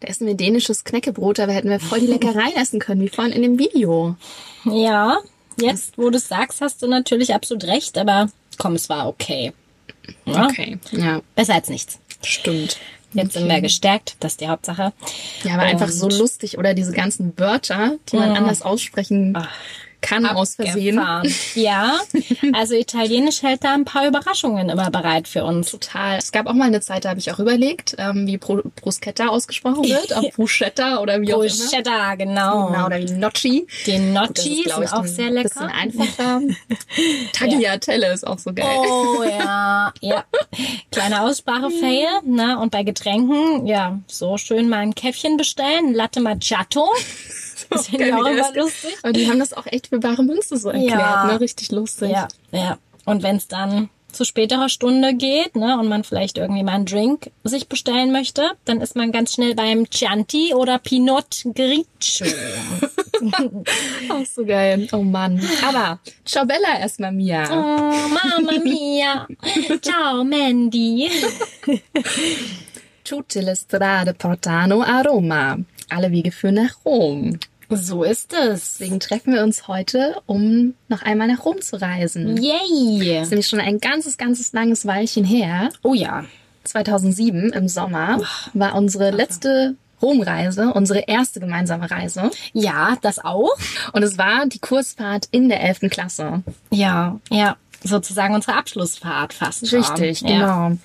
da essen wir dänisches Knäckebrot, aber hätten wir voll die Leckerei essen können, wie vorhin in dem Video. Ja, jetzt, wo du es sagst, hast du natürlich absolut recht, aber komm, es war okay. Ja? Okay, ja, Besser als nichts. stimmt. Jetzt sind wir gestärkt, das ist die Hauptsache. Ja, aber einfach so lustig, oder diese ganzen Wörter, die man anders aussprechen kann aus Versehen. Gefahren. Ja, also Italienisch hält da ein paar Überraschungen immer bereit für uns. Total. Es gab auch mal eine Zeit, da habe ich auch überlegt, ähm, wie Pro Bruschetta ausgesprochen wird, ob Bruschetta oder wie auch immer. Bruschetta, Oh, genau. Genau, oder wie Nocci. Die Und das ist, Nocci glaub sind ich, auch ein sehr lecker. Bisschen einfacher. Tagliatelle ist auch so geil. Oh ja, ja. Kleine Aussprache-Fail, ne? Und bei Getränken, ja, so schön mal ein Käffchen bestellen, ein Latte Macchiato. Das finde ich Geil, auch wie der immer ist. lustig. Aber die haben das auch echt für bare Münze so erklärt, Ja. ne? Richtig lustig. Ja, ja. Und wenn es dann zu späterer Stunde geht, ne, und man vielleicht irgendwie mal einen Drink sich bestellen möchte, dann ist man ganz schnell beim Chianti oder Pinot Grigio. Auch so geil. Oh Mann. Aber ciao Bella erstmal Oh, Mia. Mamma mia. Ciao, Mandy. Tutte le strade portano a Roma. Alle Wege führen nach Rom. So ist es. Deswegen treffen wir uns heute, um noch einmal nach Rom zu reisen. Yay. Das ist nämlich schon ein ganzes, ganzes langes Weilchen her. Oh ja. 2007 im Sommer Oh. war unsere letzte Romreise, unsere erste gemeinsame Reise. Ja, das auch. Und es war die Kursfahrt in der 11. Klasse. Ja, ja. Sozusagen unsere Abschlussfahrt fast. schon. Richtig, ja. genau.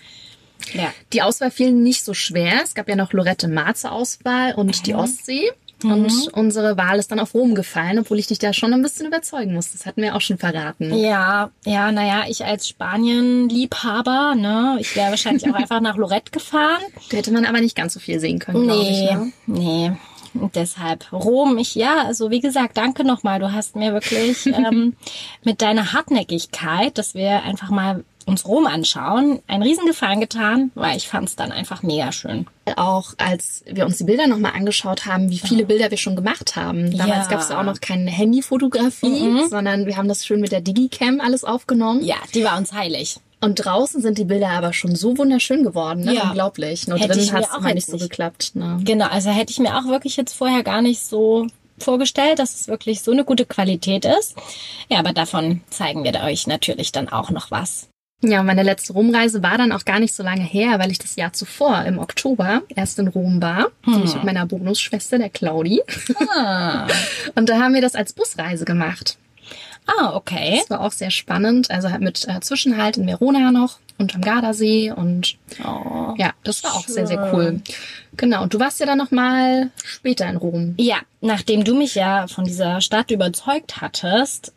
Ja. Die Auswahl fiel nicht so schwer. Es gab ja noch Lorette Mar zur Auswahl und Mhm. die Ostsee. Und unsere Wahl ist dann auf Rom gefallen, obwohl ich dich da schon ein bisschen überzeugen musste. Das hatten wir auch schon verraten. Ja, ja, naja, ich als Spanien-Liebhaber, ne, ich wäre wahrscheinlich auch einfach nach Lorette gefahren. Da hätte man aber nicht ganz so viel sehen können, glaube ich. Ne? nee. Und deshalb Rom, ich ja, also wie gesagt, danke nochmal. Du hast mir wirklich ähm, mit deiner Hartnäckigkeit, dass wir einfach mal uns Rom anschauen, einen Riesengefallen getan, weil ich fand es dann einfach mega schön. Auch als wir uns die Bilder nochmal angeschaut haben, wie viele Bilder wir schon gemacht haben. Damals Ja. Mhm. gab es auch noch keine Handyfotografie, sondern wir haben das schön mit der Digicam alles aufgenommen. Ja, die war uns heilig. Und draußen sind die Bilder aber schon so wunderschön geworden. Ne? Ja. Unglaublich. Nur Hätte ich drin mir hat es auch immer jetzt nicht so nicht. geklappt. Ne? Genau, also hätte ich mir auch wirklich jetzt vorher gar nicht so vorgestellt, dass es wirklich so eine gute Qualität ist. Ja, aber davon zeigen wir euch natürlich dann auch noch was. Ja, meine letzte Romreise war dann auch gar nicht so lange her, weil ich das Jahr zuvor im Oktober erst in Rom war, nämlich mit meiner Bonusschwester, der Claudi. Hm. Ah, Und da haben wir das als Busreise gemacht. ah okay. Das war auch sehr spannend, also halt mit äh, Zwischenhalt in Verona noch und am Gardasee und Oh. ja, das war auch sehr sehr cool. Genau, und du warst ja dann noch mal später in Rom. Ja, nachdem du mich ja von dieser Stadt überzeugt hattest,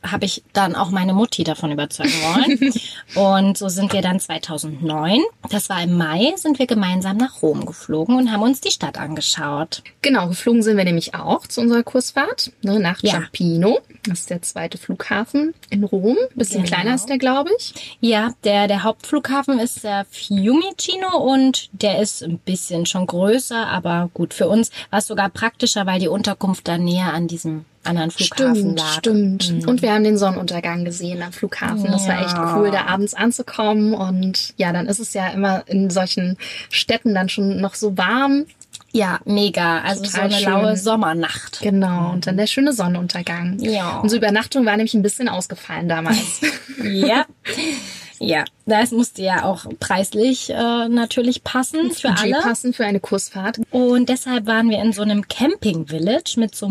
habe ich dann auch meine Mutti davon überzeugen wollen. und so sind wir dann 2009, das war im Mai, sind wir gemeinsam nach Rom geflogen und haben uns die Stadt angeschaut. Genau, geflogen sind wir nämlich auch zu unserer Kursfahrt ne, nach Ja. Ciampino. Das ist der zweite Flughafen in Rom. Bisschen Genau. kleiner ist der, glaube ich. Ja, der, der Hauptflughafen ist der Fiumicino und der ist ein bisschen schon größer, aber gut, für uns war es sogar praktischer, weil die Unterkunft dann näher an diesem anderen Flughafen Stimmt, lag. stimmt. Mhm. Und wir haben den Sonnenuntergang gesehen am Flughafen. Das war echt Ja. cool, da abends anzukommen. Und ja, dann ist es ja immer in solchen Städten dann schon noch so warm. Ja, mega. Also Total so eine schön. laue Sommernacht. Genau, und dann der schöne Sonnenuntergang. Ja. Unsere Übernachtung war nämlich ein bisschen ausgefallen damals. Ja. Ja, das musste ja auch preislich äh, natürlich passen für Budget alle. passend für eine Kursfahrt. Und deshalb waren wir in so einem Camping-Village mit so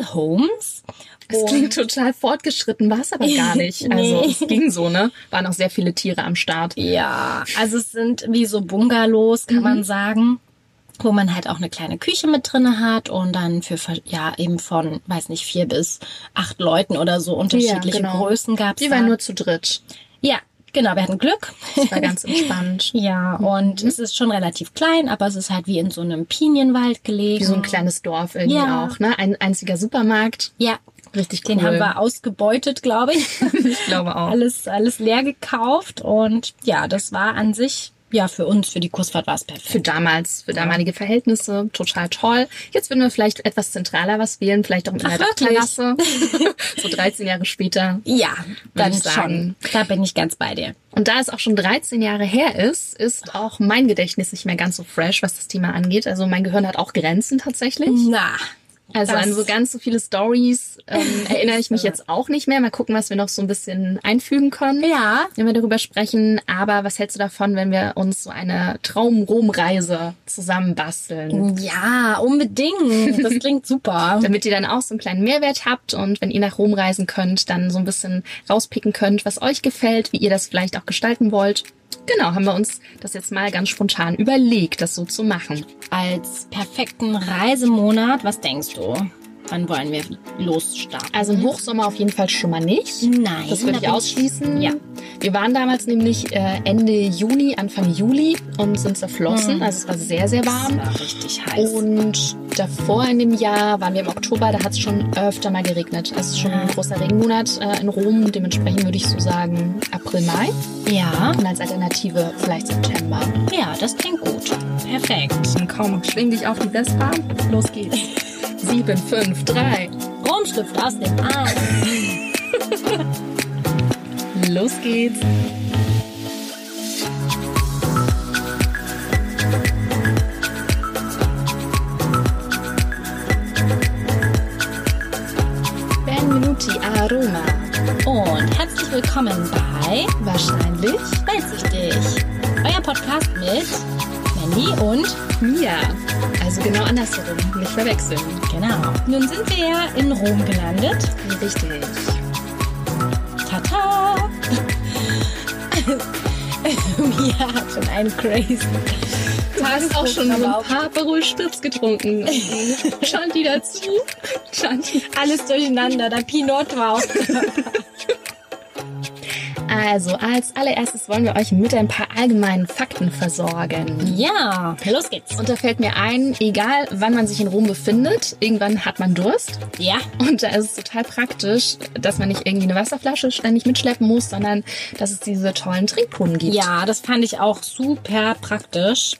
Mobilhomes. Das klingt total fortgeschritten, war es aber gar nicht. Also Oh. Nee. es ging so, ne? Waren auch sehr viele Tiere am Start. Ja, also es sind wie so Bungalows, kann Mhm. man sagen, wo man halt auch eine kleine Küche mit drinne hat und dann für, ver- ja, eben von, weiß nicht, vier bis acht Leuten oder so unterschiedliche genau. Größen gab's Wir da. waren nur zu dritt. ja, genau, wir hatten Glück. Das war ganz entspannt. Ja, und es ist schon relativ klein, aber es ist halt wie in so einem Pinienwald gelegen. Wie so ein kleines Dorf irgendwie Ja. auch, ne? Ein einziger Supermarkt. Ja, Richtig cool. den haben wir ausgebeutet, glaube ich. Ich glaube auch. alles, alles leer gekauft und ja, das war an sich ja, für uns, für die Kursfahrt war es perfekt. Für damals, für damalige Verhältnisse, total toll. Jetzt würden wir vielleicht etwas zentraler was wählen, vielleicht auch mit Ach, einer wirklich? Klasse. so 13 Jahre später. Ja, dann ich schon. sagen. Da bin ich ganz bei dir. Und da es auch schon 13 Jahre her ist, ist auch mein Gedächtnis nicht mehr ganz so fresh, was das Thema angeht. Also mein Gehirn hat auch Grenzen tatsächlich. Na, Also Mhm. Das- äh, an so ganz so viele Stories ähm, erinnere ich mich jetzt auch nicht mehr. Mal gucken, was wir noch so ein bisschen einfügen können. Ja. Wenn wir darüber sprechen. Aber was hältst du davon, wenn wir uns so eine Traum-Rom-Reise zusammenbasteln? ja, unbedingt. Das klingt super. Damit ihr dann auch so einen kleinen Mehrwert habt und wenn ihr nach Rom reisen könnt, dann so ein bisschen rauspicken könnt, was euch gefällt, wie ihr das vielleicht auch gestalten wollt. Genau, haben wir uns das jetzt mal ganz spontan überlegt, das so zu machen. Als perfekten Reisemonat, was denkst du? Wann wollen wir losstarten? Also im Hochsommer auf jeden Fall schon mal nicht. Nein, Das würde da ich bin ausschließen. Ja. Wir waren damals nämlich äh, Ende Juni, Anfang Juli und sind zerflossen. Also es war sehr, sehr Es warm. war richtig heiß. Und davor in dem Jahr waren wir im Oktober, da hat es schon öfter mal geregnet. Also Es ist schon ein großer Regenmonat äh, in Rom. Dementsprechend würde ich so sagen April, Mai. ja, Und als Alternative vielleicht September. ja, das klingt gut. Perfekt. Dann komm, schwing dich auf die Vespa. Los geht's. Sieben, fünf, drei. Rumstift aus dem Arm. Los geht's. Benvenuti a Roma. Und herzlich willkommen bei Wahrscheinlich Weiß ich dich. Euer Podcast mit Mandy und Mia. Also genau andersherum, nicht verwechseln. genau. Nun sind wir ja in Rom gelandet. Richtig. Tata! Mia hat schon einen crazy. Du hast auch schon so Aber ein auch- paar Barrel Spritz getrunken. Shanti dazu. Shanti. Alles durcheinander, da Pinot war auch. Also, als allererstes wollen wir euch mit ein paar allgemeinen Fakten versorgen. Ja, los geht's. Und da fällt mir ein, egal wann man sich in Rom befindet, irgendwann hat man Durst. Ja, Und da ist es total praktisch, dass man nicht irgendwie eine Wasserflasche ständig mitschleppen muss, sondern dass es diese tollen Trinkbrunnen gibt. ja, das fand ich auch super praktisch.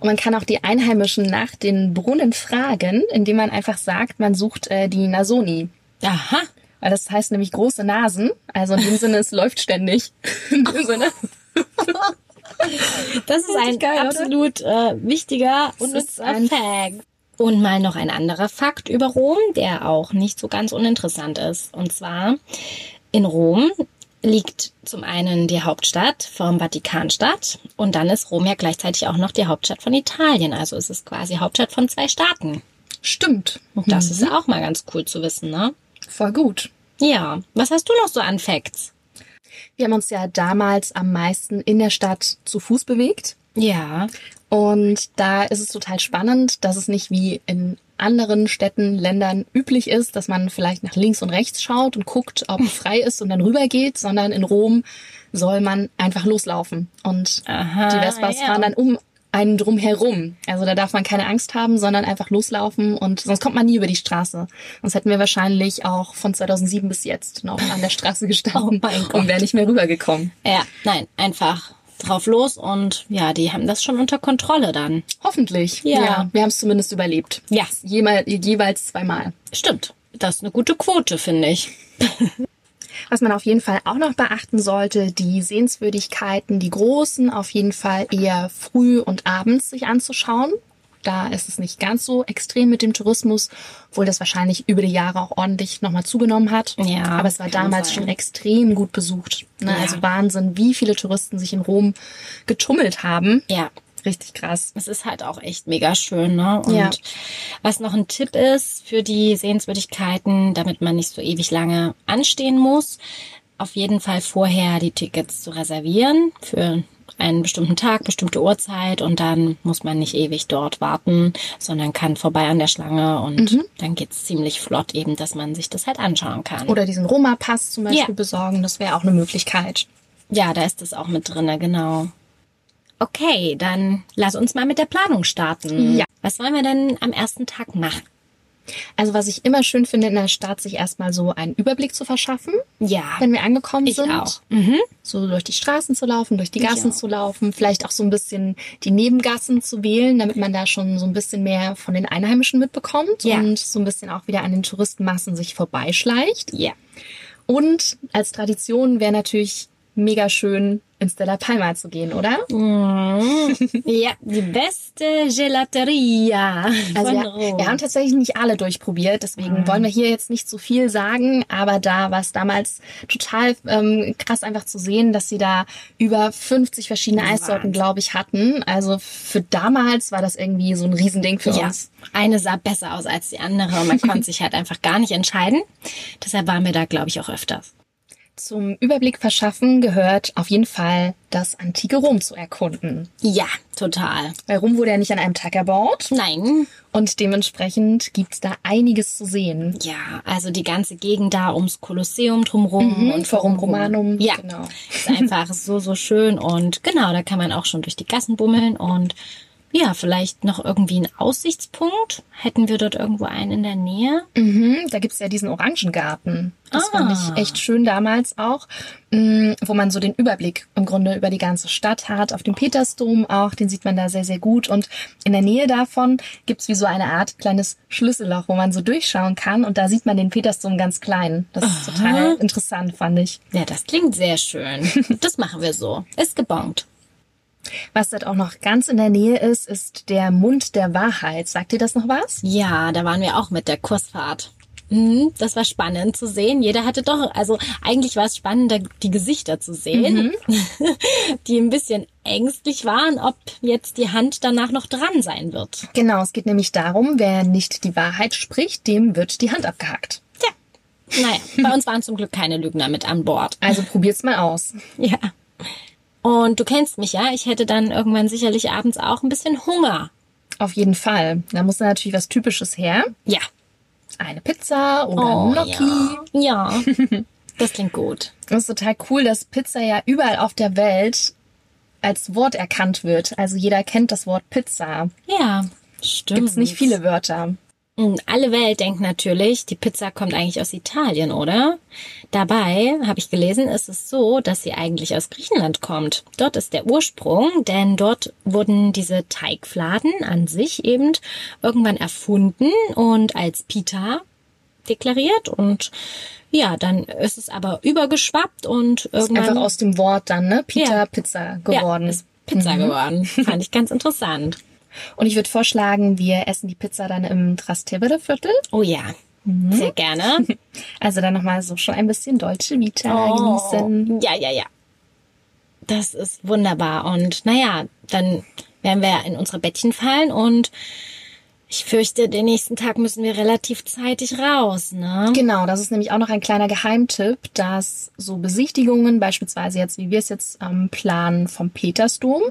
Und man kann auch die Einheimischen nach den Brunnen fragen, indem man einfach sagt, man sucht äh, die Nasoni. Aha. Weil das heißt nämlich große Nasen. Also in dem Sinne, es läuft ständig. In dem Sinne. Das ist ein ne? geil, oder? absolut äh, wichtiger und ist nützlicher ein- Fact. Und mal noch ein anderer Fakt über Rom, der auch nicht so ganz uninteressant ist. Und zwar, in Rom liegt zum einen die Hauptstadt vom Vatikanstadt und dann ist Rom ja gleichzeitig auch noch die Hauptstadt von Italien. Also es ist quasi Hauptstadt von zwei Staaten. Stimmt. Und das ist ja auch mal ganz cool zu wissen, ne? Voll gut. Ja. Was hast du noch so an Facts? Wir haben uns ja damals am meisten in der Stadt zu Fuß bewegt. Ja. Und da ist es total spannend, dass es nicht wie in anderen Städten, Ländern üblich ist, dass man vielleicht nach links und rechts schaut und guckt, ob frei ist und dann rüber geht, sondern in Rom soll man einfach loslaufen. Und Aha, die Vespas ja. fahren dann um einen drum herum. Also da darf man keine Angst haben, sondern einfach loslaufen und sonst kommt man nie über die Straße. Sonst hätten wir wahrscheinlich auch von 2007 bis jetzt noch an der Straße gestanden Oh mein Gott. und wären nicht mehr rübergekommen. Ja, nein, einfach drauf los und ja, die haben das schon unter Kontrolle dann. Hoffentlich. Ja. wir haben es zumindest überlebt. Ja. Jemal, jeweils zweimal. Stimmt. Das ist eine gute Quote, finde ich. Was man auf jeden Fall auch noch beachten sollte, die Sehenswürdigkeiten, die großen, auf jeden Fall eher früh und abends sich anzuschauen. Da ist es nicht ganz so extrem mit dem Tourismus, obwohl das wahrscheinlich über die Jahre auch ordentlich nochmal zugenommen hat. Ja, Aber es war kann damals sein. schon extrem gut besucht. Ne? Ja. Also Wahnsinn, wie viele Touristen sich in Rom getummelt haben. Ja, Richtig krass. es ist halt auch echt mega schön, ne? Und Ja. was noch ein Tipp ist für die Sehenswürdigkeiten, damit man nicht so ewig lange anstehen muss, auf jeden Fall vorher die Tickets zu reservieren für einen bestimmten Tag, bestimmte Uhrzeit und dann muss man nicht ewig dort warten, sondern kann vorbei an der Schlange und Mhm. dann geht's ziemlich flott eben, dass man sich das halt anschauen kann. Oder diesen Roma-Pass zum Beispiel Ja. besorgen, das wäre auch eine Möglichkeit. Ja, da ist das auch mit drinne, genau. Okay, dann lass uns mal mit der Planung starten. Ja. Was wollen wir denn am ersten Tag machen? Also was ich immer schön finde in der Stadt, sich erstmal so einen Überblick zu verschaffen, Ja. wenn wir angekommen Ich sind. auch. Mhm. So durch die Straßen zu laufen, durch die Ich Gassen auch. zu laufen, vielleicht auch so ein bisschen die Nebengassen zu wählen, damit man da schon so ein bisschen mehr von den Einheimischen mitbekommt Ja. und so ein bisschen auch wieder an den Touristenmassen sich vorbeischleicht. Ja. Und als Tradition wäre natürlich mega schön, ins Stella Palma zu gehen, oder? Mhm. ja, die beste Gelateria. Also von wir, Rom. wir haben tatsächlich nicht alle durchprobiert, Mhm. deswegen wollen wir hier jetzt nicht so viel sagen, aber da war es damals total ähm, krass einfach zu sehen, dass sie da über 50 verschiedene Eissorten, Wahnsinn. glaube ich, hatten. Also für damals war das irgendwie so ein Riesending für ja, uns. eine sah besser aus als die andere und man konnte sich halt einfach gar nicht entscheiden. Deshalb waren wir da, glaube ich, auch öfters. Zum Überblick verschaffen gehört auf jeden Fall das antike Rom zu erkunden. Ja, total. Weil Rom wurde ja nicht an einem Tag erbaut Nein, und dementsprechend gibt's da einiges zu sehen. ja, also die ganze Gegend da ums Kolosseum drumrum Mhm, und Forum drumrum. Romanum, Ja, genau. ist einfach so, so schön und genau, da kann man auch schon durch die Gassen bummeln und ja, vielleicht noch irgendwie einen Aussichtspunkt. Hätten wir dort irgendwo einen in der Nähe? Mhm, da gibt's ja diesen Orangengarten. Das Ah. fand ich echt schön damals auch, mh, wo man so den Überblick im Grunde über die ganze Stadt hat. Auf dem Petersdom auch, den sieht man da sehr, sehr gut. Und in der Nähe davon gibt's wie so eine Art kleines Schlüsselloch, wo man so durchschauen kann. Und da sieht man den Petersdom ganz klein. Das ist total interessant, fand ich. Ja, das klingt sehr schön. Das machen wir so. Ist gebongt. Was dort auch noch ganz in der Nähe ist, ist der Mund der Wahrheit. Sagt dir das noch was? Ja, da waren wir auch mit der Kursfahrt. Mhm, Das war spannend zu sehen. Jeder hatte doch, also eigentlich war es spannender, die Gesichter zu sehen, die ein bisschen ängstlich waren, ob jetzt die Hand danach noch dran sein wird. Genau, es geht nämlich darum, wer nicht die Wahrheit spricht, dem wird die Hand abgehackt. Naja, bei uns waren zum Glück keine Lügner mit an Bord. Also probiert's mal aus. Ja. Und du kennst mich ja, ich hätte dann irgendwann sicherlich abends auch ein bisschen Hunger. Auf jeden Fall. Da muss natürlich was Typisches her. Ja. Eine Pizza oder ein Gnocchi. Oh, ja. Ja. Das klingt gut. Das ist total cool, dass Pizza ja überall auf der Welt als Wort erkannt wird. Also jeder kennt das Wort Pizza. Ja, stimmt. Gibt's nicht viele Wörter. Und alle Welt denkt natürlich, die Pizza kommt eigentlich aus Italien, oder? Dabei, habe ich gelesen, ist es so, dass sie eigentlich aus Griechenland kommt. Dort ist der Ursprung, denn dort wurden diese Teigfladen an sich eben irgendwann erfunden und als Pita deklariert und ja, dann ist es aber übergeschwappt und irgendwann Einfach aus dem Wort dann, ne? Pita, Ja. Pizza geworden. Ja, ist Mhm. Pizza geworden. Fand ich ganz interessant. Und ich würde vorschlagen, wir essen die Pizza dann im Trastevere-Viertel. Oh ja, Mhm. sehr gerne. Also dann nochmal so schon ein bisschen deutsche Vita genießen. Oh. Ja, ja, ja. Das ist wunderbar. Und naja, dann werden wir in unsere Bettchen fallen und ich fürchte, den nächsten Tag müssen wir relativ zeitig raus, ne? Genau, das ist nämlich auch noch ein kleiner Geheimtipp, dass so Besichtigungen, beispielsweise jetzt, wie wir es jetzt ähm, planen vom Petersdom,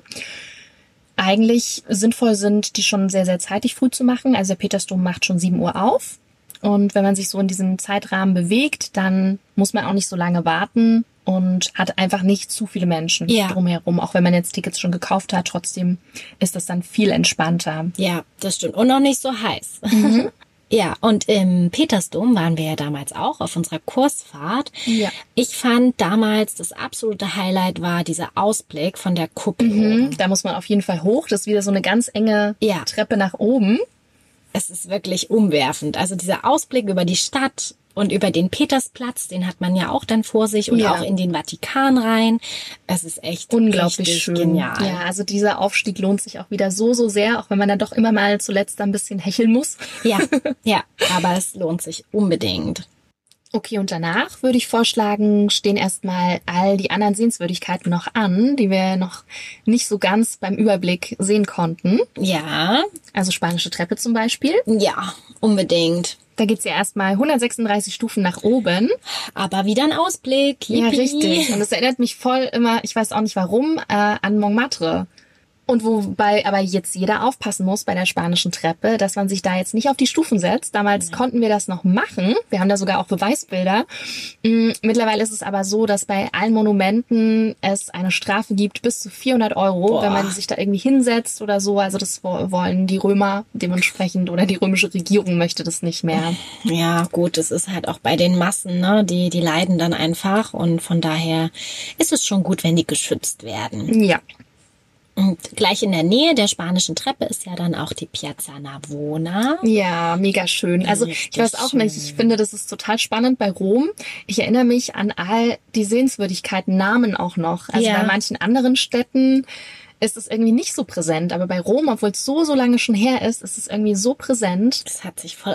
eigentlich sinnvoll sind, die schon sehr, sehr zeitig früh zu machen. Also der Petersdom macht schon 7 Uhr auf. Und wenn man sich so in diesem Zeitrahmen bewegt, dann muss man auch nicht so lange warten und hat einfach nicht zu viele Menschen Ja. drumherum. Auch wenn man jetzt Tickets schon gekauft hat, trotzdem ist das dann viel entspannter. Ja, das stimmt. Und noch nicht so heiß. Mhm. Ja, und im Petersdom waren wir ja damals auch auf unserer Kursfahrt. Ja. Ich fand damals das absolute Highlight war dieser Ausblick von der Kuppel. Mhm, Da muss man auf jeden Fall hoch. Das ist wieder so eine ganz enge Ja. Treppe nach oben. Es ist wirklich umwerfend. Also dieser Ausblick über die Stadt und über den Petersplatz, den hat man ja auch dann vor sich und Ja. auch in den Vatikan rein. Es ist echt Unglaublich richtig schön. genial. Ja, also dieser Aufstieg lohnt sich auch wieder so, so sehr, auch wenn man dann doch immer mal zuletzt ein bisschen hecheln muss. Ja, ja, aber es lohnt sich unbedingt. Okay, und danach würde ich vorschlagen, stehen erstmal all die anderen Sehenswürdigkeiten noch an, die wir noch nicht so ganz beim Überblick sehen konnten. Ja, Also spanische Treppe zum Beispiel. ja, unbedingt. Da geht's ja erstmal 136 Stufen nach oben. Aber wieder ein Ausblick. Ja, Yippie. richtig. Und das erinnert mich voll immer, ich weiß auch nicht warum, äh, an Montmartre. Und wobei aber jetzt jeder aufpassen muss bei der spanischen Treppe, dass man sich da jetzt nicht auf die Stufen setzt. Damals konnten wir das noch machen. Wir haben da sogar auch Beweisbilder. Mm, Mittlerweile ist es aber so, dass bei allen Monumenten es eine Strafe gibt bis zu 400 Euro, wenn man sich da irgendwie hinsetzt oder so. Also das wo- wollen die Römer dementsprechend oder die römische Regierung möchte das nicht mehr. Ja, gut, es ist halt auch bei den Massen, ne? Die, die leiden dann einfach und von daher ist es schon gut, wenn die geschützt werden. Ja. Und gleich in der Nähe der spanischen Treppe ist ja dann auch die Piazza Navona. Ja, mega schön. Also Richtig ich weiß auch nicht, ich finde, das ist total spannend bei Rom. Ich erinnere mich an all die Sehenswürdigkeiten, Namen auch noch. Also Ja. bei manchen anderen Städten ist es irgendwie nicht so präsent, aber bei Rom, obwohl es so, so lange schon her ist, ist es irgendwie so präsent. Das hat sich voll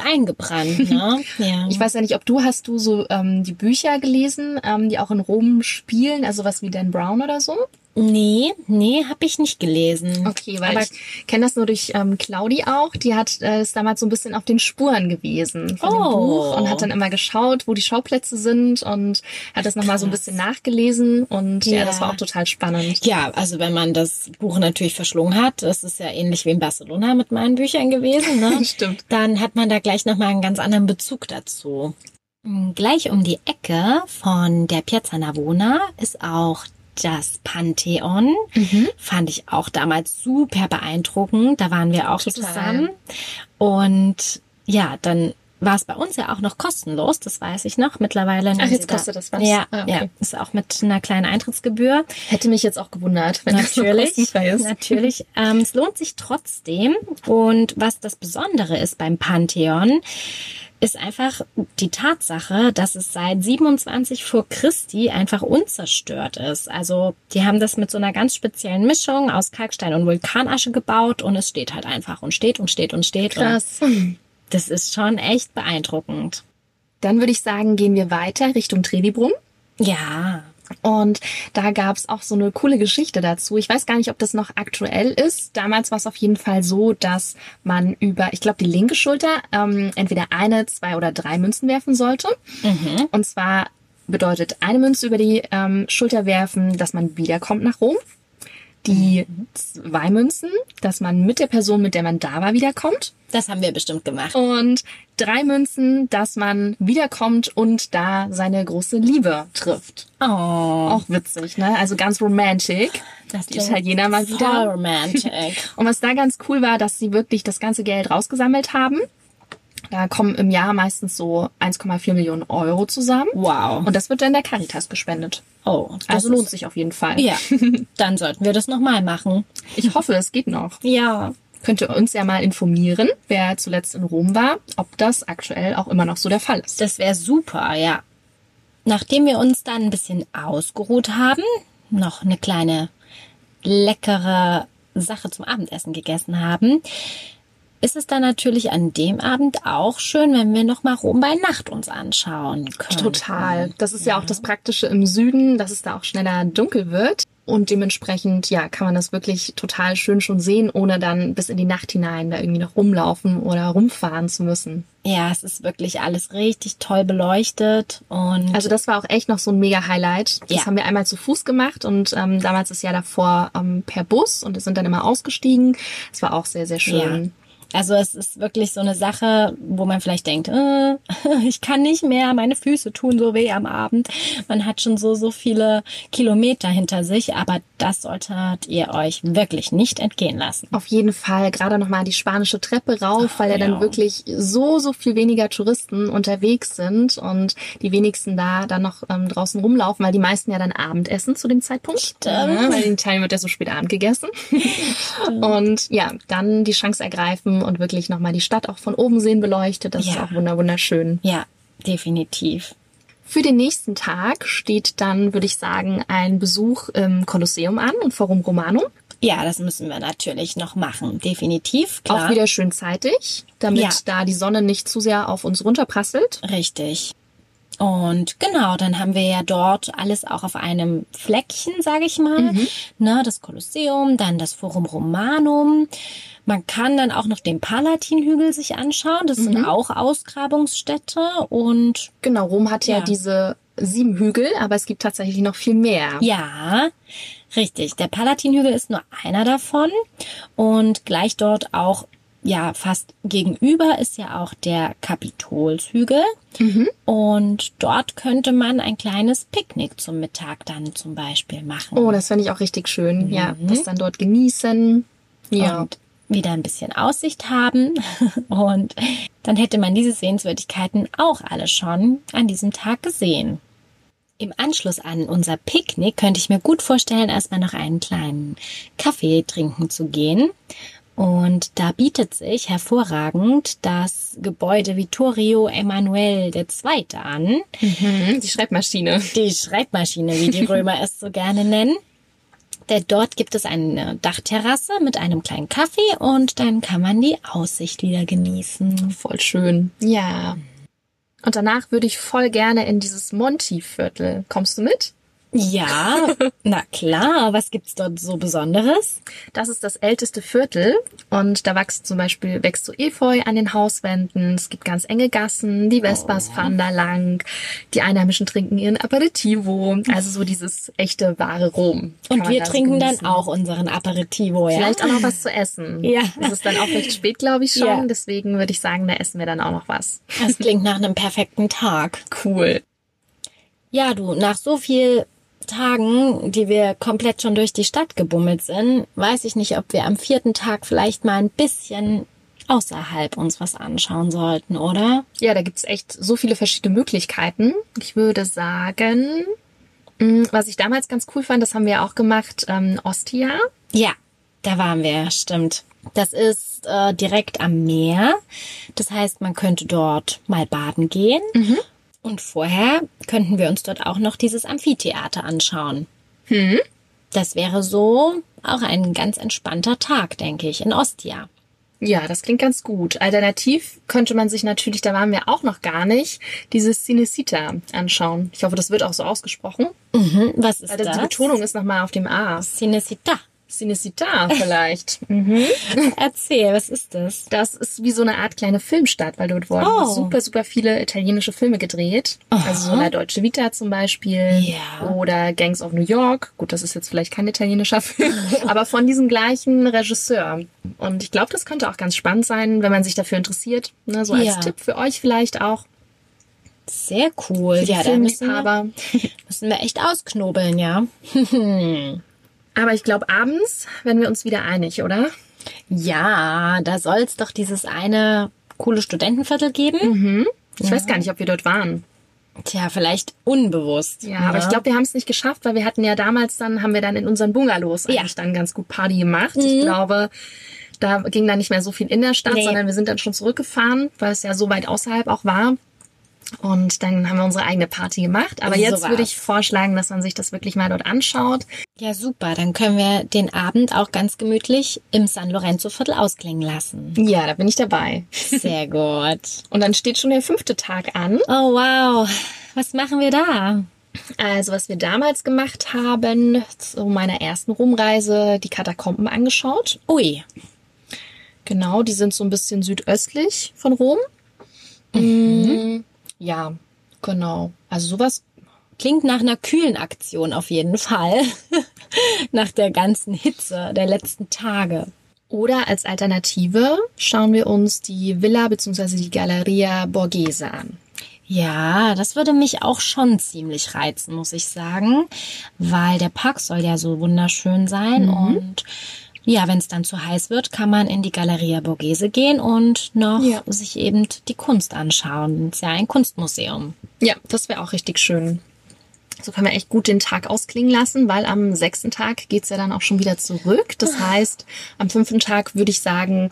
eingebrannt, ne? Ja. Ich weiß ja nicht, ob du hast du so ähm, die Bücher gelesen, ähm, die auch in Rom spielen, also was wie Dan Brown oder so? Nee, nee, habe ich nicht gelesen. Okay, weil Aber ich kenne das nur durch ähm, Claudi auch. Die hat äh, ist damals so ein bisschen auf den Spuren gewesen von dem Oh. Buch und hat dann immer geschaut, wo die Schauplätze sind und hat das nochmal so ein bisschen nachgelesen. Und ja. Ja. das war auch total spannend. Ja, also wenn man das Buch natürlich verschlungen hat, das ist ja ähnlich wie in Barcelona mit meinen Büchern gewesen, ne? Stimmt. dann hat man da gleich nochmal einen ganz anderen Bezug dazu. Mm, Gleich um die Ecke von der Piazza Navona ist auch das Pantheon. Mhm. Fand ich auch damals super beeindruckend. Da waren wir auch Total. zusammen. Und ja, dann war es bei uns ja auch noch kostenlos, das weiß ich noch. Mittlerweile. nehmen jetzt sie da- kostet das was. Ja, Ah, okay. ja, ist auch mit einer kleinen Eintrittsgebühr. Hätte mich jetzt auch gewundert, wenn Natürlich, das so kostenfrei ist. natürlich. Ähm, es lohnt sich trotzdem. Und was das Besondere ist beim Pantheon, ist einfach die Tatsache, dass es seit 27 vor Christi einfach unzerstört ist. Also die haben das mit so einer ganz speziellen Mischung aus Kalkstein und Vulkanasche gebaut und es steht halt einfach und steht und steht und steht. Krass. Und das ist schon echt beeindruckend. Dann würde ich sagen, gehen wir weiter Richtung Trevibrum. Ja. Und da gab's auch so eine coole Geschichte dazu. Ich weiß gar nicht, ob das noch aktuell ist. Damals war es auf jeden Fall so, dass man über, ich glaube, die linke Schulter ähm, entweder eine, zwei oder drei Münzen werfen sollte. Und zwar bedeutet eine Münze über die ähm, Schulter werfen, dass man wiederkommt nach Rom. Die zwei Münzen, dass man mit der Person, mit der man da war, wiederkommt. Das haben wir bestimmt gemacht. Und drei Münzen, dass man wiederkommt und da seine große Liebe trifft. Oh, Auch witzig, ne? Also ganz romantic. das die Italiener mal voll wieder. romantic. Und was da ganz cool war, dass sie wirklich das ganze Geld rausgesammelt haben. Da kommen im Jahr meistens so 1,4 Millionen Euro zusammen. Wow. Und das wird dann der Caritas gespendet. Oh, Also lohnt sich auf jeden Fall. Ja, dann sollten wir das nochmal machen. Ich hoffe, es geht noch. Ja. Könnt ihr uns ja mal informieren, wer zuletzt in Rom war, ob das aktuell auch immer noch so der Fall ist. Das wäre super, ja. Nachdem wir uns dann ein bisschen ausgeruht haben, noch eine kleine leckere Sache zum Abendessen gegessen haben, ist es dann natürlich an dem Abend auch schön, wenn wir nochmal Rom bei Nacht uns anschauen können. Total. Das ist ja auch das Praktische im Süden, dass es da auch schneller dunkel wird. Und dementsprechend, ja, kann man das wirklich total schön schon sehen, ohne dann bis in die Nacht hinein da irgendwie noch rumlaufen oder rumfahren zu müssen. Ja, es ist wirklich alles richtig toll beleuchtet und Also das war auch echt noch so ein mega Highlight. Das Ja. haben wir einmal zu Fuß gemacht und ähm, damals das Jahr davor ähm, per Bus und sind dann immer ausgestiegen. Das war auch sehr, sehr schön. Ja. Also es ist wirklich so eine Sache, wo man vielleicht denkt, äh, ich kann nicht mehr, meine Füße tun so weh am Abend. Man hat schon so, so viele Kilometer hinter sich, aber das solltet ihr euch wirklich nicht entgehen lassen. Auf jeden Fall gerade nochmal die spanische Treppe rauf, weil ja dann ja. wirklich so, so viel weniger Touristen unterwegs sind und die wenigsten da dann noch ähm, draußen rumlaufen, weil die meisten ja dann Abend essen zu dem Zeitpunkt. Ja, weil in Italien wird ja so spät Abend gegessen. und ja, dann die Chance ergreifen und wirklich nochmal die Stadt auch von oben sehen beleuchtet. Das ist Ja. auch wunder- wunderschön. Ja, definitiv. Für den nächsten Tag steht dann, würde ich sagen, ein Besuch im Kolosseum an und Forum Romanum. Ja, das müssen wir natürlich noch machen. Definitiv, klar. Auch wieder schön zeitig, damit Ja. da die Sonne nicht zu sehr auf uns runterprasselt. Richtig. Und genau, dann haben wir ja dort alles auch auf einem Fleckchen, sage ich mal. Ne, das Kolosseum, dann das Forum Romanum. Man kann dann auch noch den Palatinhügel sich anschauen. Das sind auch Ausgrabungsstätte. Und Genau, Rom hat ja, Ja. diese sieben Hügel, aber es gibt tatsächlich noch viel mehr. ja, Richtig, der Palatinhügel ist nur einer davon und gleich dort auch ja, fast gegenüber ist ja auch der Kapitolshügel. Und dort könnte man ein kleines Picknick zum Mittag dann zum Beispiel machen. Oh, das fände ich auch richtig schön. Ja, das dann dort genießen. Ja. und wieder ein bisschen Aussicht haben. Und dann hätte man diese Sehenswürdigkeiten auch alle schon an diesem Tag gesehen. Im Anschluss an unser Picknick könnte ich mir gut vorstellen, erstmal noch einen kleinen Kaffee trinken zu gehen. Und da bietet sich hervorragend das Gebäude Vittorio Emanuel II. an. Mhm, die Schreibmaschine. Die Schreibmaschine, wie die Römer es so gerne nennen. Denn dort gibt es eine Dachterrasse mit einem kleinen Kaffee und dann kann man die Aussicht wieder genießen. Voll schön. Ja. Und danach würde ich voll gerne in dieses Monti-Viertel. Kommst du mit? Ja, na klar, was gibt's dort so Besonderes? Das ist das älteste Viertel und da wächst zum Beispiel wächst so Efeu an den Hauswänden. Es gibt ganz enge Gassen, die Vespas fahren da lang, die Einheimischen trinken ihren Aperitivo. Also so dieses echte wahre Rom. kann Und man wir da so trinken genießen. dann auch unseren Aperitivo, ja? Vielleicht auch noch was zu essen. Ja. Es ist dann auch recht spät, glaube ich schon. Ja. Deswegen würde ich sagen, da essen wir dann auch noch was. Das klingt nach einem perfekten Tag. Cool. Ja, du, nach so viel Tagen, die wir komplett schon durch die Stadt gebummelt sind, weiß ich nicht, ob wir am vierten Tag vielleicht mal ein bisschen außerhalb uns was anschauen sollten, oder? Ja, da gibt's echt so viele verschiedene Möglichkeiten. Ich würde sagen, mh, was ich damals ganz cool fand, das haben wir auch gemacht, ähm, Ostia. Ja, da waren wir, stimmt. Das ist äh, direkt am Meer. Das heißt, man könnte dort mal baden gehen. Und vorher könnten wir uns dort auch noch dieses Amphitheater anschauen. Hm. Das wäre so auch ein ganz entspannter Tag, denke ich, in Ostia. Ja, das klingt ganz gut. Alternativ könnte man sich natürlich, da waren wir auch noch gar nicht, dieses Cinecita anschauen. Ich hoffe, das wird auch so ausgesprochen. Mhm, was ist Weil das? das, die Betonung ist nochmal auf dem A. Cinecittà. Cinecita vielleicht. Erzähl, was ist das? Das ist wie so eine Art kleine Filmstadt, weil dort wurden Oh. super, super viele italienische Filme gedreht. Also so La Deutsche Vita zum Beispiel Ja. oder Gangs of New York. Gut, das ist jetzt vielleicht kein italienischer Film, aber von diesem gleichen Regisseur. Und ich glaube, das könnte auch ganz spannend sein, wenn man sich dafür interessiert. Ne, so als Ja. Tipp für euch vielleicht auch. Sehr cool. für die Ja, da müssen wir, Filmliebhaber. müssen wir echt ausknobeln, ja. Aber ich glaube, abends werden wir uns wieder einig, oder? Ja, da soll es doch dieses eine coole Studentenviertel geben. Ich weiß gar nicht, ob wir dort waren. Tja, vielleicht unbewusst. ne? Ja, aber ich glaube, wir haben es nicht geschafft, weil wir hatten ja damals dann, haben wir dann in unseren Bungalows eigentlich dann ganz gut Party gemacht. Ich glaube, da ging dann nicht mehr so viel in der Stadt, Mhm. Nee. sondern wir sind dann schon zurückgefahren, weil es ja so weit außerhalb auch war. Und dann haben wir unsere eigene Party gemacht. Aber So jetzt würde war's. ich vorschlagen, dass man sich das wirklich mal dort anschaut. Ja, super. Dann können wir den Abend auch ganz gemütlich im San Lorenzo Viertel ausklingen lassen. Ja, da bin ich dabei. Sehr gut. Und dann steht schon der fünfte Tag an. Oh, wow. Was machen wir da? Also, was wir damals gemacht haben, zu meiner ersten Rumreise, die Katakomben angeschaut. Ui. Genau, die sind so ein bisschen südöstlich von Rom. Mhm. Ja, genau. Also sowas. Klingt nach einer kühlen Aktion auf jeden Fall. nach der ganzen Hitze der letzten Tage. Oder als Alternative schauen wir uns die Villa bzw. die Galleria Borghese an. Ja, das würde mich auch schon ziemlich reizen, muss ich sagen, weil der Park soll ja so wunderschön sein und ja, wenn es dann zu heiß wird, kann man in die Galleria Borghese gehen und noch Ja. sich eben die Kunst anschauen. Ist ja ein Kunstmuseum. Ja, das wäre auch richtig schön. So können wir echt gut den Tag ausklingen lassen, weil am sechsten Tag geht's ja dann auch schon wieder zurück. Das heißt, am fünften Tag würde ich sagen,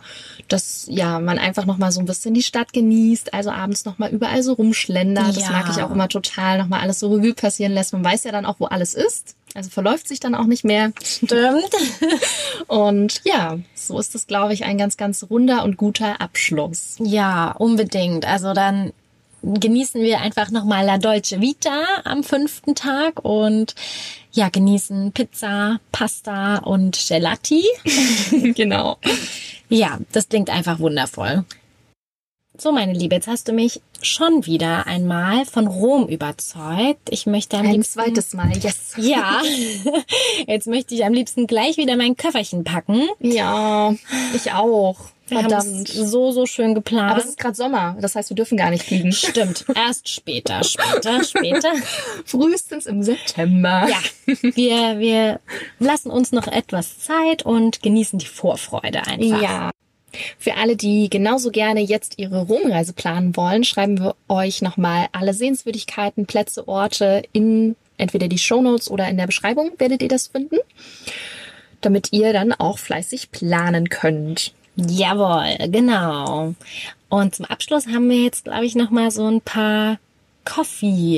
dass ja man einfach nochmal so ein bisschen die Stadt genießt, also abends nochmal überall so rumschlendert. Das Ja. mag ich auch immer total, nochmal alles so Revue passieren lässt. Man weiß ja dann auch, wo alles ist. Also verläuft sich dann auch nicht mehr. Stimmt. Und ja, so ist das, glaube ich, ein ganz, ganz runder und guter Abschluss. Ja, unbedingt. Also dann genießen wir einfach nochmal La Dolce Vita am fünften Tag und ja, genießen Pizza, Pasta und Gelati. genau. Ja, das klingt einfach wundervoll. So, meine Liebe, jetzt hast du mich schon wieder einmal von Rom überzeugt. Ich möchte am Ein liebsten. zweites Mal, yes. Ja, jetzt möchte ich am liebsten gleich wieder mein Köfferchen packen. Ja, ich auch. Wir haben es Verdammt. so, so schön geplant. Aber es ist gerade Sommer, das heißt, wir dürfen gar nicht fliegen. Stimmt, erst später, später, später. Frühestens im September. Ja, wir, wir lassen uns noch etwas Zeit und genießen die Vorfreude einfach. Ja. Für alle, die genauso gerne jetzt ihre Romreise planen wollen, schreiben wir euch nochmal alle Sehenswürdigkeiten, Plätze, Orte in entweder die Shownotes oder in der Beschreibung werdet ihr das finden, damit ihr dann auch fleißig planen könnt. Jawohl, genau. Und zum Abschluss haben wir jetzt, glaube ich, nochmal so ein paar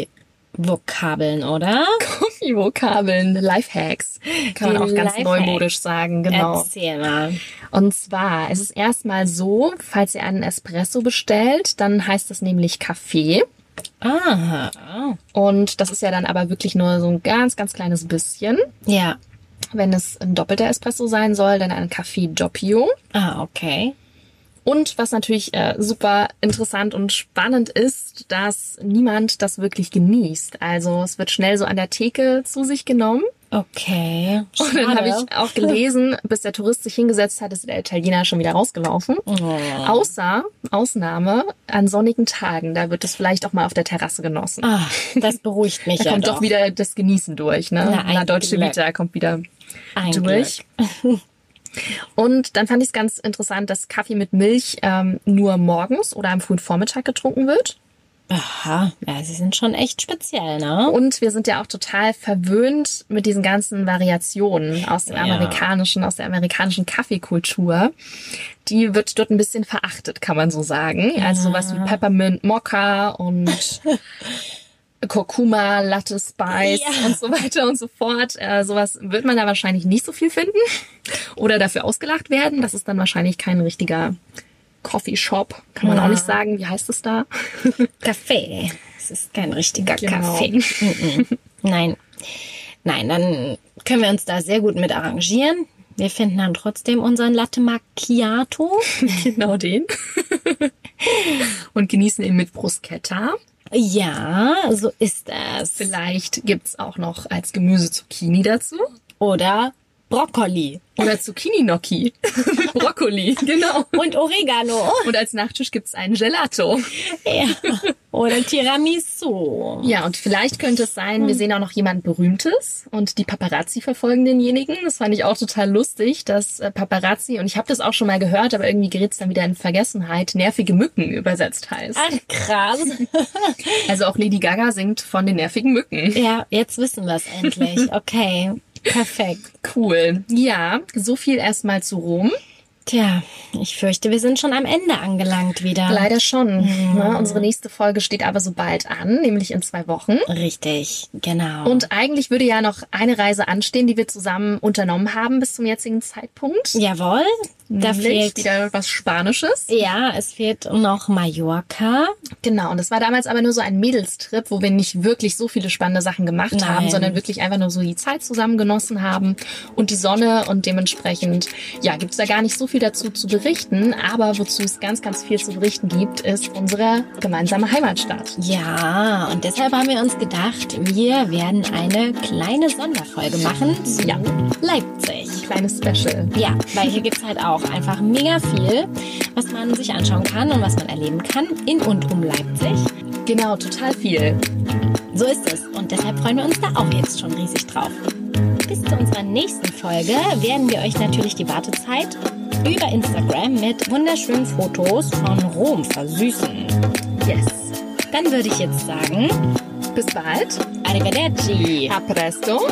Coffee-Vokabeln, oder? Kofi-Vokabeln, Lifehacks, kann man Die auch ganz Lifehack. neumodisch sagen, genau. Erzähl mal. Und zwar ist es erstmal so, falls ihr einen Espresso bestellt, dann heißt das nämlich Kaffee. Aha. Und das ist ja dann aber wirklich nur so ein ganz, ganz kleines bisschen. Ja. Wenn es ein doppelter Espresso sein soll, dann ein Café Doppio. Ah, okay. Und was natürlich äh, super interessant und spannend ist, dass niemand das wirklich genießt. Also es wird schnell so an der Theke zu sich genommen. Okay. Und Oh, dann habe ich auch gelesen, bis der Tourist sich hingesetzt hat, ist der Italiener schon wieder rausgelaufen. Oh. Außer, Ausnahme, an sonnigen Tagen, da wird es vielleicht auch mal auf der Terrasse genossen. Ah, das beruhigt mich Da ja kommt doch wieder das Genießen durch, ne? Na, Na, ein deutsche Glück. Vita kommt wieder Ein durch. Und dann fand ich es ganz interessant, dass Kaffee mit Milch ähm, nur morgens oder am frühen Vormittag getrunken wird. Aha, ja, sie sind schon echt speziell, ne? Und wir sind ja auch total verwöhnt mit diesen ganzen Variationen aus dem Ja. amerikanischen, aus der amerikanischen Kaffeekultur. Die wird dort ein bisschen verachtet, kann man so sagen. Also sowas wie Peppermint Mocha und Kurkuma, Latte Spice Ja. und so weiter und so fort. Äh, sowas wird man da wahrscheinlich nicht so viel finden oder dafür ausgelacht werden. Das ist dann wahrscheinlich kein richtiger Coffee Shop, kann man Ja. auch nicht sagen. Wie heißt es da? Kaffee. Es ist kein richtiger Genau. Kaffee. Mhm. Nein. Nein, dann können wir uns da sehr gut mit arrangieren. Wir finden dann trotzdem unseren Latte Macchiato. Genau den. Und genießen ihn mit Bruschetta. Ja, so ist das. Vielleicht gibt's auch noch als Gemüse Zucchini dazu. Oder Brokkoli Oder Zucchini-Gnocchi mit Brokkoli. Genau. und Oregano. Oh, Und als Nachtisch gibt's einen Gelato. Ja. Oder Tiramisu. Ja, und vielleicht könnte es sein, wir sehen auch noch jemand Berühmtes und die Paparazzi verfolgen denjenigen. Das fand ich auch total lustig, dass äh, Paparazzi, und ich habe das auch schon mal gehört, aber irgendwie gerät's dann wieder in Vergessenheit, nervige Mücken übersetzt heißt. Ach, krass. Also auch Lady Gaga singt von den nervigen Mücken. Ja, jetzt wissen wir es endlich. Okay, perfekt. Cool. Ja, so viel erstmal zu Rom. Tja, ich fürchte, wir sind schon am Ende angelangt wieder. Leider schon. Ne? Unsere nächste Folge steht aber so bald an, nämlich in zwei Wochen. Richtig, genau. Und eigentlich würde ja noch eine Reise anstehen, die wir zusammen unternommen haben bis zum jetzigen Zeitpunkt. jawohl, da Nämlich fehlt. wieder was Spanisches. Ja, es fehlt noch Mallorca. Genau, und das war damals aber nur so ein Mädelstrip, wo wir nicht wirklich so viele spannende Sachen gemacht Nein. haben, sondern wirklich einfach nur so die Zeit zusammen genossen haben und die Sonne und dementsprechend, ja, gibt's da gar nicht so viel dazu zu berichten, aber wozu es ganz, ganz viel zu berichten gibt, ist unsere gemeinsame Heimatstadt. Ja, und deshalb haben wir uns gedacht, wir werden eine kleine Sonderfolge machen zu Ja. Leipzig. Kleines Special. Ja, weil hier gibt's halt auch einfach mega viel, was man sich anschauen kann und was man erleben kann in und um Leipzig. Genau, total viel. So ist es. Und deshalb freuen wir uns da auch jetzt schon riesig drauf. Bis zu unserer nächsten Folge werden wir euch natürlich die Wartezeit über Instagram mit wunderschönen Fotos von Rom versüßen. Yes. Dann würde ich jetzt sagen, Bis bald. arrivederci. A presto.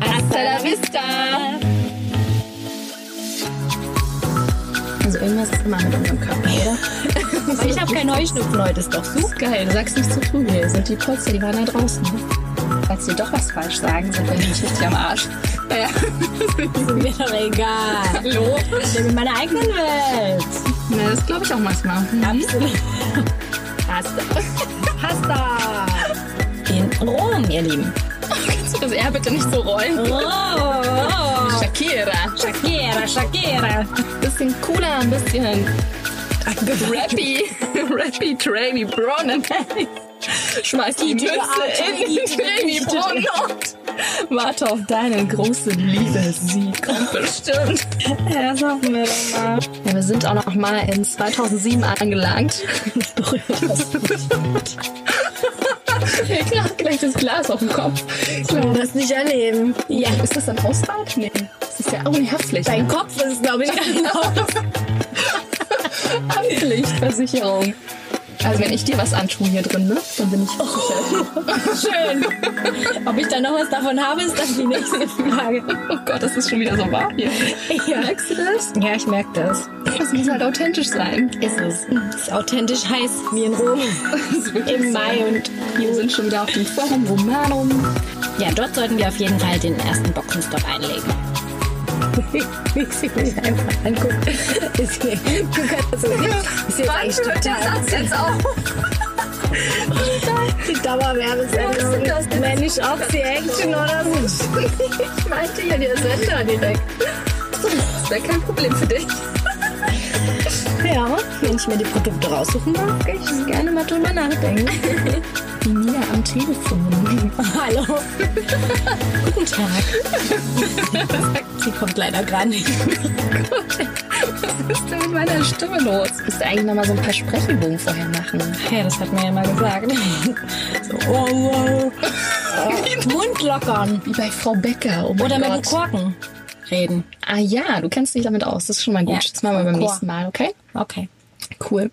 Hasta la vista. Also irgendwas ist immer mit unserem Körper, oder? Aber Ich habe keinen Heuschnupfen heute, ist doch super. Geil, du sagst nicht zu früh hier. Sind die Polster, die waren da draußen. Falls wir doch was falsch sagen, sind wir nämlich richtig am Arsch. Ja, Ist mir doch egal. hallo. Ich bin in meiner eigenen Welt. Na, das glaube ich auch manchmal. Absolut. Passt. Pasta. In Rom, ihr Lieben. Kannst du das R bitte nicht Oh so rollen? Oh. Shakira. Shakira, Shakira. Bisschen cooler, ein bisschen Rappy, Rappy Trainy Bronnen. Schmeiß die Mütze in den Trainy Bronnen und warte auf deinen großen Liebessieg. Kommt bestimmt. Ja, das hoffen wir doch mal. Ja, wir sind auch noch mal in 2007 angelangt. Das berührt uns. Mir kracht gleich das Glas auf den Kopf. das nicht erleben. Ja. Ist das ein Hausrat? Nee. Das ist ja auch nicht haftlich. Dein Kopf ist, glaube ich, anders. Haftpflichtversicherung. Also wenn ich dir was antue hier drin, ne, dann bin ich versichert. Schön. Ob ich da noch was davon habe, ist dann die nächste Frage. Oh Gott, das ist schon wieder so wahr hier. Ja, Merkst du das? ja ich merke das. Das muss halt authentisch sein. Ist es. Ist authentisch heiß wie in Rom im Mai und Wir sind schon wieder auf dem Forum Romanum. Ja, dort sollten wir auf jeden Fall den ersten Boxenstopp einlegen. Wie sie mich einfach anguckt. Ist mir, du kannst das nicht. Ist jetzt Wann hört der Satz jetzt auf? die Dauerwerbesendung. Was ist das? Wenn nicht auf die Action oder so. Ich meinte ja der Sender direkt. Das wäre kein Problem für dich. Ja, wenn ich mir die Produkte raussuchen darf, kann ich gerne mal drüber nachdenken. Die Mia am Telefon. Hallo. Guten Tag. Sie kommt leider gar nicht. Was ist denn mit meiner Stimme los? Bist du eigentlich nochmal so ein paar Sprechübungen vorher machen? Ja, das hat mir ja mal gesagt. So, oh, wow. Äh, Mund lockern. Wie bei Frau Becker. Oh mein Oder mit Gott. dem Korken reden. Ah ja, du kennst dich damit aus. Das ist schon mal gut. Ja, das machen wir beim Chor. nächsten Mal, okay? Okay. Cool.